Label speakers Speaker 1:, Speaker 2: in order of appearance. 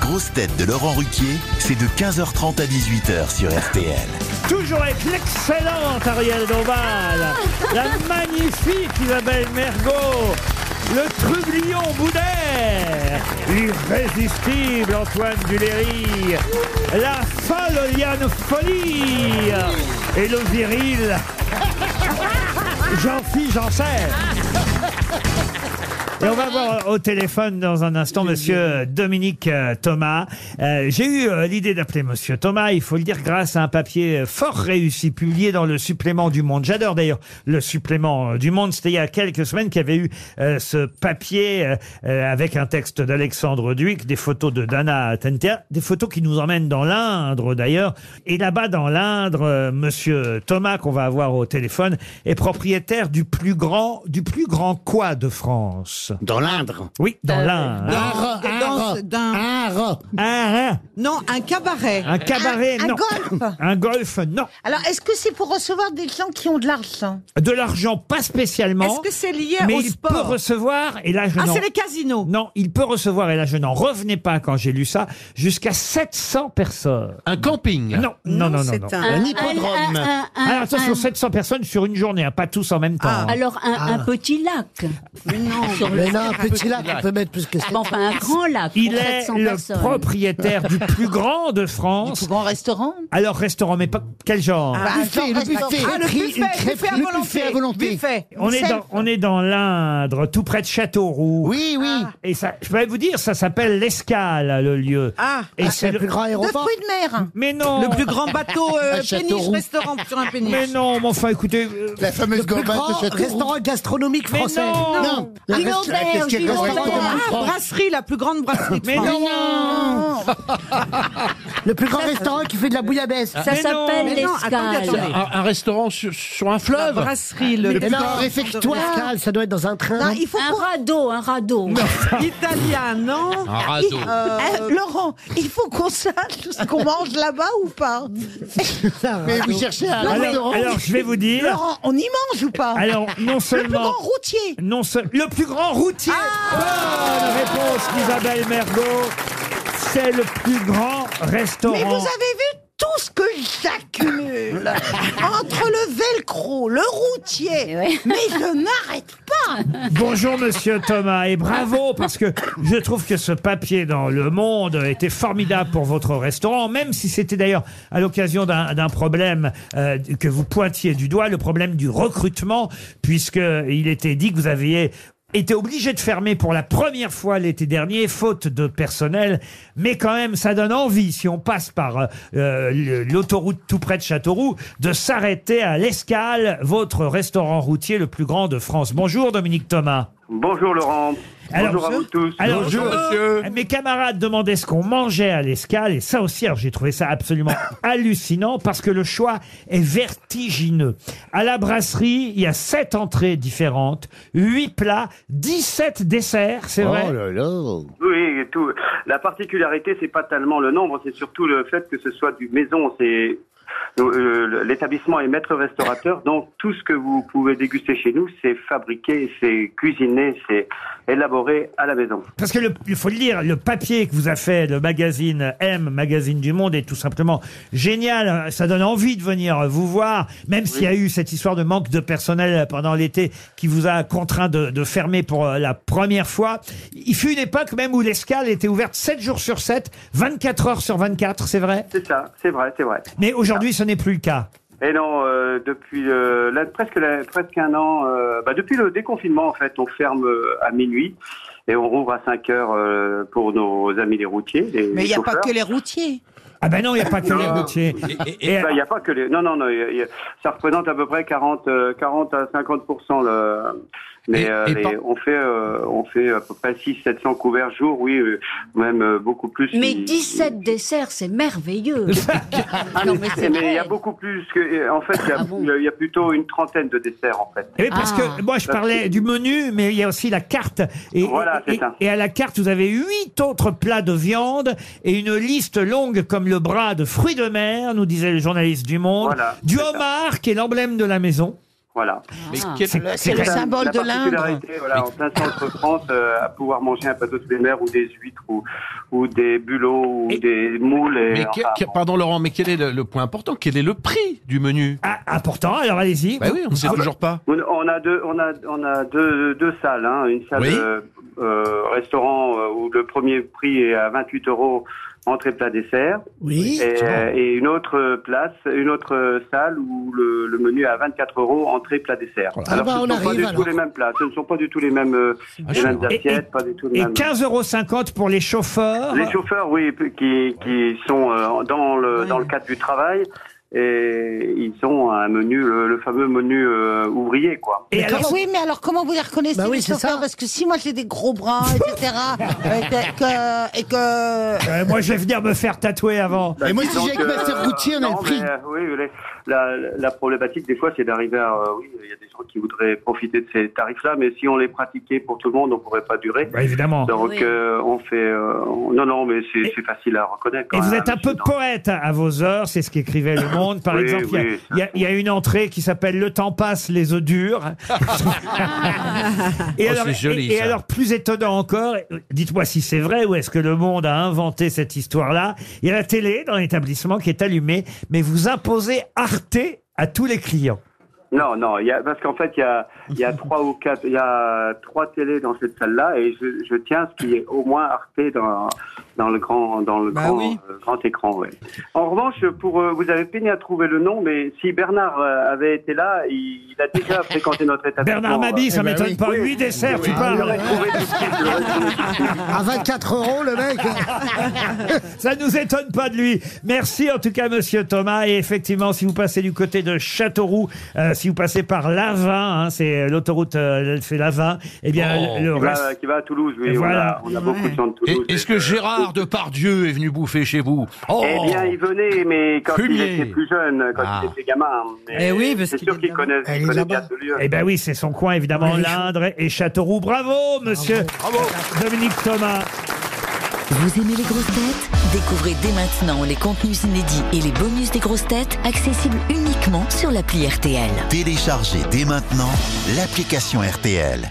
Speaker 1: grosses têtes de Laurent Ruquier, c'est de 15h30 à 18h sur RTL.
Speaker 2: Toujours avec l'excellente Ariel Dombal, la magnifique Isabelle Mergot, le trublion Boudère, l'irrésistible Antoine Duléry, la folle Liane Folie et le viril Jean-Philippe Janssen. Et on va voir au téléphone dans un instant Monsieur Dominique euh, Thomas. Euh, J'ai eu euh, l'idée d'appeler Monsieur Thomas, il faut le dire, grâce à un papier euh, fort réussi publié dans le supplément du Monde. J'adore d'ailleurs le supplément euh, du Monde. C'était il y a quelques semaines qu'il y avait eu euh, ce papier euh, euh, avec un texte d'Alexandre Duic, des photos de Dana Tenter, des photos qui nous emmènent dans l'Indre d'ailleurs. Et là-bas dans l'Indre, euh, Monsieur Thomas qu'on va avoir au téléphone est propriétaire du plus grand, du plus grand quoi de France.
Speaker 3: Dans l'Indre.
Speaker 2: Oui,
Speaker 4: Euh,
Speaker 2: dans l'un.
Speaker 4: dans-
Speaker 2: hein.
Speaker 3: Indre,
Speaker 4: de danse-
Speaker 3: Indre,
Speaker 4: d'un-
Speaker 3: Indre.
Speaker 2: Un, un,
Speaker 4: Non, un cabaret.
Speaker 2: un cabaret,
Speaker 5: Un- un
Speaker 2: non.
Speaker 5: golf.
Speaker 2: ah, Un golf, non.
Speaker 5: Alors, est-ce que c'est pour recevoir des gens qui ont de l'argent
Speaker 2: De l'argent, pas spécialement.
Speaker 4: Est-ce que c'est lié
Speaker 2: mais
Speaker 4: au
Speaker 2: il
Speaker 4: sport
Speaker 2: peut recevoir, et là je
Speaker 4: Ah,
Speaker 2: n'en-
Speaker 4: c'est les casinos.
Speaker 2: non, il peut recevoir, et là je n'en revenais pas quand j'ai lu ça, jusqu'à 700 personnes.
Speaker 6: Ah.
Speaker 7: Un camping.
Speaker 2: Non, non, non, non.
Speaker 4: c'est
Speaker 2: non.
Speaker 4: un-
Speaker 3: Un hippodrome.
Speaker 8: un- un-
Speaker 2: Alors attention,
Speaker 8: un- Ah.
Speaker 2: 700 personnes sur une journée, hein, pas tous en même temps. hein.
Speaker 8: alors un, un petit lac.
Speaker 4: Mais non.
Speaker 8: Sur le...
Speaker 6: Mais non, un petit lac, on peut mettre plus que ça.
Speaker 8: Bon, enfin, Ah, un grand lac.
Speaker 2: Il
Speaker 8: pour
Speaker 2: est
Speaker 8: 700
Speaker 2: le
Speaker 8: personnes.
Speaker 2: propriétaire du plus grand de France.
Speaker 5: Grand restaurant
Speaker 2: Alors restaurant, mais pas quel genre
Speaker 6: Le buffet, le buffet,
Speaker 4: Bah, Ah,
Speaker 6: crêperie,
Speaker 4: le buffet,
Speaker 6: une
Speaker 4: le buffet à
Speaker 6: crêperie, le buffet à
Speaker 4: volonté.
Speaker 6: volonté.
Speaker 4: Buffet.
Speaker 2: On est, dans, on est dans l'Indre, tout près de Châteauroux.
Speaker 6: Oui, oui.
Speaker 2: Et ça, je peux vous dire, ça s'appelle l'escale, le lieu.
Speaker 4: Ah.
Speaker 2: et
Speaker 6: C'est le plus grand
Speaker 5: De
Speaker 6: aéroport.
Speaker 5: fruits de mer
Speaker 2: Mais non.
Speaker 4: Le plus grand bateau euh,
Speaker 6: À
Speaker 4: péniche
Speaker 6: Châteauroux.
Speaker 4: restaurant sur un péniche.
Speaker 2: Mais non, mais enfin, écoutez. euh,
Speaker 6: La fameuse
Speaker 3: plus grand
Speaker 6: gambade de Châteauroux.
Speaker 3: restaurant gastronomique
Speaker 2: Mais
Speaker 3: français.
Speaker 2: non.
Speaker 6: Le
Speaker 5: Gilobert,
Speaker 6: restaurant- qu'est-ce qu'il y a de
Speaker 5: Gilobert.
Speaker 6: restaurant en
Speaker 4: Ah,
Speaker 6: France
Speaker 4: brasserie, la plus grande brasserie. de
Speaker 2: Mais
Speaker 4: France.
Speaker 2: non.
Speaker 6: Le plus grand restaurant qui fait de la bouillabaisse.
Speaker 8: Ça
Speaker 2: Mais non,
Speaker 8: s'appelle
Speaker 4: mais non, attendez,
Speaker 8: l'escale.
Speaker 4: attendez.
Speaker 7: Un, un restaurant sur, sur un
Speaker 4: La
Speaker 7: fleuve.
Speaker 4: brasserie, le,
Speaker 6: Et
Speaker 4: le
Speaker 6: non, un Eh ben, réfectoire, Karl, ça doit être dans un
Speaker 5: Non,
Speaker 6: train.
Speaker 5: il faut
Speaker 8: Un
Speaker 5: qu'on-
Speaker 8: radeau, un radeau.
Speaker 4: italien, non
Speaker 7: Un radeau.
Speaker 5: Eh, Laurent, il faut qu'on sache ce qu'on mange là-bas ou pas.
Speaker 6: Ah. Mais vous cherchez un
Speaker 2: Alors,
Speaker 6: restaurant.
Speaker 2: alors, je vais vous dire.
Speaker 5: Laurent, on y mange ou pas
Speaker 2: Alors, non
Speaker 5: Le plus
Speaker 2: seulement.
Speaker 5: grand routier.
Speaker 2: Non se- le plus grand routier.
Speaker 5: Ah
Speaker 2: Bonne réponse d'Isabelle Mergot. C'est le plus grand restaurant.
Speaker 5: Mais vous avez vu tout ce que j'accumule entre le velcro, le routier.
Speaker 8: Ouais.
Speaker 5: Mais je n'arrête pas.
Speaker 2: Bonjour Monsieur Thomas et bravo parce que je trouve que ce papier dans Le Monde était formidable pour votre restaurant, même si c'était d'ailleurs à l'occasion d'un d'un problème euh, que vous pointiez du doigt, le problème du recrutement, puisque il était dit que vous aviez été obligé de fermer pour la première fois l'été dernier, faute de personnel, mais quand même ça donne envie, si on passe par euh, le- l'autoroute tout près de Châteauroux, de s'arrêter à l'Escale, votre restaurant routier le plus grand de France. Bonjour Dominique Thomas.
Speaker 9: Bonjour Laurent.
Speaker 2: Alors,
Speaker 9: Bonjour à vous tous.
Speaker 2: Alors,
Speaker 7: monsieur.
Speaker 6: Euh,
Speaker 2: Mes camarades demandaient ce qu'on mangeait à l'escale, et ça aussi, alors j'ai trouvé ça absolument hallucinant, parce que le choix est vertigineux. À la brasserie, il y a sept entrées différentes, huit plats, 17 desserts, c'est
Speaker 6: Oh
Speaker 2: vrai
Speaker 6: là là.
Speaker 9: Oui, et tout. La particularité, c'est pas tellement le nombre, c'est surtout le fait que ce soit du maison. C'est euh, l'établissement est maître restaurateur, donc tout ce que vous pouvez déguster chez nous, c'est fabriqué, c'est cuisiné, c'est élaboré à la maison.
Speaker 2: Parce que le- il faut le dire, le papier que vous a fait le magazine M, magazine du Monde, est tout simplement génial. Ça donne envie de venir vous voir, même s'il y a eu cette histoire de manque de personnel pendant l'été qui vous a contraint de, de fermer pour euh, la première fois. Il fut une époque même où l'escale était ouverte 7 jours sur 7, 24 heures sur 24, c'est vrai.
Speaker 9: C'est ça, c'est vrai, c'est vrai.
Speaker 2: Mais aujourd'hui, ce n'est plus le cas.
Speaker 9: Et non, euh, depuis euh, là, presque là, presque un an, euh, bah, depuis le déconfinement en fait, on ferme euh, à minuit et on rouvre à 5 heures euh, pour nos amis les routiers. Les
Speaker 4: Mais il n'y a pas
Speaker 9: chauffeurs.
Speaker 4: que les routiers.
Speaker 2: Ah ben non, il n'y a pas que les routiers.
Speaker 9: Bah, Il n'y a pas que les. Non, non, non. y a- y a- Ça représente à peu près 40, euh, 40 à 50 le... Mais
Speaker 7: Et-
Speaker 9: euh,
Speaker 7: et
Speaker 9: les-
Speaker 7: par-
Speaker 9: on fait, euh, on fait à peu près 6 700 couverts jour, oui, euh, même euh, beaucoup plus.
Speaker 8: Mais
Speaker 9: si-
Speaker 8: 17 desserts, c'est merveilleux.
Speaker 9: Ah,
Speaker 8: non,
Speaker 9: mais
Speaker 8: mais c'est
Speaker 9: mais il y a
Speaker 8: vrai.
Speaker 9: beaucoup plus que. En fait, il y, a-
Speaker 8: Ah bon
Speaker 9: il y a plutôt une trentaine de desserts en fait.
Speaker 2: Eh Oui, parce
Speaker 8: Ah.
Speaker 2: que moi je parlais du menu, mais il y a aussi la carte. Et,
Speaker 9: Voilà,
Speaker 2: et,
Speaker 9: c'est ça.
Speaker 2: et à la carte, vous avez huit autres plats de viande et une liste longue comme le bras de fruits de mer, nous disait le journaliste du Monde.
Speaker 9: Voilà,
Speaker 2: du
Speaker 9: c'est ça.
Speaker 2: homard, qui est l'emblème de la maison.
Speaker 9: Voilà.
Speaker 7: Mais
Speaker 8: Ah.
Speaker 7: quel-
Speaker 5: C'est le
Speaker 9: la-
Speaker 5: symbole
Speaker 9: la
Speaker 5: de l'Indre.
Speaker 9: particularité, voilà, en plein centre France, euh, à pouvoir manger un plateau de mer ou des huîtres ou, ou des bulots ou
Speaker 7: Et-
Speaker 9: des moules. Et,
Speaker 7: mais quel-
Speaker 9: enfin,
Speaker 7: quel-
Speaker 9: bon.
Speaker 7: pardon Laurent, mais quel est le, le point important Quel est le prix du menu
Speaker 2: Ah, ah, pourtant, alors allez-y.
Speaker 7: Bah oui, on ne sait
Speaker 9: Ah bah-
Speaker 7: toujours pas.
Speaker 9: On- On a deux, on a, on a deux, deux salles. Hein. Une salle
Speaker 7: Oui.
Speaker 9: euh, euh, restaurant euh, où le premier prix est à 28 euros entrée plat dessert
Speaker 6: Oui.
Speaker 9: et, euh, et une autre place, une autre euh, salle où le, le menu est à 24 euros entrée plat dessert.
Speaker 7: Voilà.
Speaker 6: Ah bah,
Speaker 9: ce
Speaker 6: on
Speaker 9: ne sont pas
Speaker 6: arrive,
Speaker 9: du
Speaker 6: alors.
Speaker 9: tout les mêmes plats, ce ne sont pas du tout les mêmes, euh,
Speaker 7: Ah,
Speaker 9: les mêmes
Speaker 7: je-
Speaker 2: Et-
Speaker 9: assiettes, pas du tout les
Speaker 2: Et hein.
Speaker 9: mêmes.
Speaker 2: 15,50 euros pour les chauffeurs.
Speaker 9: Les chauffeurs, oui, qui, qui sont euh, dans, le, dans le cadre du travail et ils ont un menu, le, le fameux menu euh, ouvrier, quoi.
Speaker 2: Et
Speaker 6: Mais
Speaker 2: alors,
Speaker 6: comment-
Speaker 5: Oui, mais alors comment vous les reconnaissez
Speaker 6: Bah oui,
Speaker 5: les
Speaker 6: c'est
Speaker 5: chauffeurs
Speaker 6: ça.
Speaker 5: Parce que si moi j'ai des gros bras, etc., euh, que- et que
Speaker 2: euh, moi, je vais venir me faire tatouer avant.
Speaker 6: Et moi, si
Speaker 9: Bah, Disons
Speaker 6: j'ai avec
Speaker 9: que,
Speaker 6: ma sœur Gauthier, on a
Speaker 9: non,
Speaker 6: le prix.
Speaker 9: mais, euh, oui, les- la, la problématique, des fois, c'est d'arriver à. euh, oui, il y a des gens qui voudraient profiter de ces tarifs-là, mais si on les pratiquait pour tout le monde, on pourrait pas durer.
Speaker 2: Bah, évidemment.
Speaker 9: Donc,
Speaker 8: Oui.
Speaker 9: euh, on fait. euh, on- non, non, mais c'est
Speaker 2: Et-
Speaker 9: c'est facile à reconnaître. quand
Speaker 2: Et vous
Speaker 9: même, hein,
Speaker 2: êtes un
Speaker 9: monsieur,
Speaker 2: peu
Speaker 9: dans-
Speaker 2: poète à vos heures, c'est ce qu'écrivait Le Monde. Par
Speaker 9: Oui,
Speaker 2: exemple, il y a-
Speaker 9: oui, ça.
Speaker 2: il y, a, il y a une entrée qui s'appelle Le temps passe, les eaux dures. et
Speaker 7: Oh,
Speaker 2: alors,
Speaker 7: c'est joli,
Speaker 2: et- et
Speaker 7: ça.
Speaker 2: alors, plus étonnant encore, dites-moi si c'est vrai ou est-ce que Le Monde a inventé cette histoire-là. Il y a la télé dans l'établissement qui est allumée, mais vous imposez Arte à tous les clients.
Speaker 9: Non, non, il y a, parce qu'en fait, il y a, il y a trois ou quatre, il y a trois télés dans cette salle-là, et je, je tiens à ce qu'il y ait au moins Arte dans, dans le grand, dans le
Speaker 4: Bah
Speaker 9: grand,
Speaker 4: oui.
Speaker 9: euh, grand écran. Ouais. En revanche, pour euh, vous avez peiné à trouver le nom, mais si Bernard euh, avait été là, il, il a déjà fréquenté notre établissement. euh,
Speaker 2: Bernard Mabie, ça
Speaker 6: eh ben
Speaker 2: m'étonne
Speaker 6: oui.
Speaker 2: pas. Huit desserts, tu
Speaker 9: Il
Speaker 2: parles.
Speaker 9: aurait trouvé tout de suite le reste de-
Speaker 6: À 24 euros, le mec.
Speaker 2: Ça nous étonne pas de lui. Merci en tout cas, monsieur Thomas. Et effectivement, si vous passez du côté de Châteauroux, euh, si vous passez par Lavin, hein, c'est l'autoroute, euh, elle fait Lavin, eh bien,
Speaker 7: Oh.
Speaker 2: le
Speaker 9: qui va-
Speaker 2: reste.
Speaker 9: qui va à Toulouse, oui.
Speaker 2: Et
Speaker 9: on a-
Speaker 2: voilà.
Speaker 9: On a, beaucoup de gens de
Speaker 7: Et-
Speaker 9: Toulouse.
Speaker 7: Est-ce que Gérard Depardieu est venu bouffer chez vous Oh
Speaker 9: Eh bien, il venait, mais quand
Speaker 7: Fumier.
Speaker 9: il était plus jeune, quand
Speaker 7: Ah.
Speaker 9: il était gamin. Mais
Speaker 4: Eh oui, parce
Speaker 9: c'est
Speaker 4: qu'il
Speaker 9: sûr
Speaker 4: est
Speaker 9: qu'il
Speaker 4: gamin.
Speaker 9: connaît,
Speaker 6: Elle
Speaker 9: il
Speaker 6: est
Speaker 9: connaît
Speaker 6: là-bas.
Speaker 9: bien ce lieu.
Speaker 2: Eh ben oui, c'est son coin, évidemment,
Speaker 6: Oui.
Speaker 2: l'Indre et Châteauroux. Bravo, monsieur Dominique Thomas.
Speaker 10: Vous aimez les grosses têtes Découvrez dès maintenant les contenus inédits et les bonus des grosses têtes accessibles uniquement sur l'appli RTL.
Speaker 1: Téléchargez dès maintenant l'application RTL.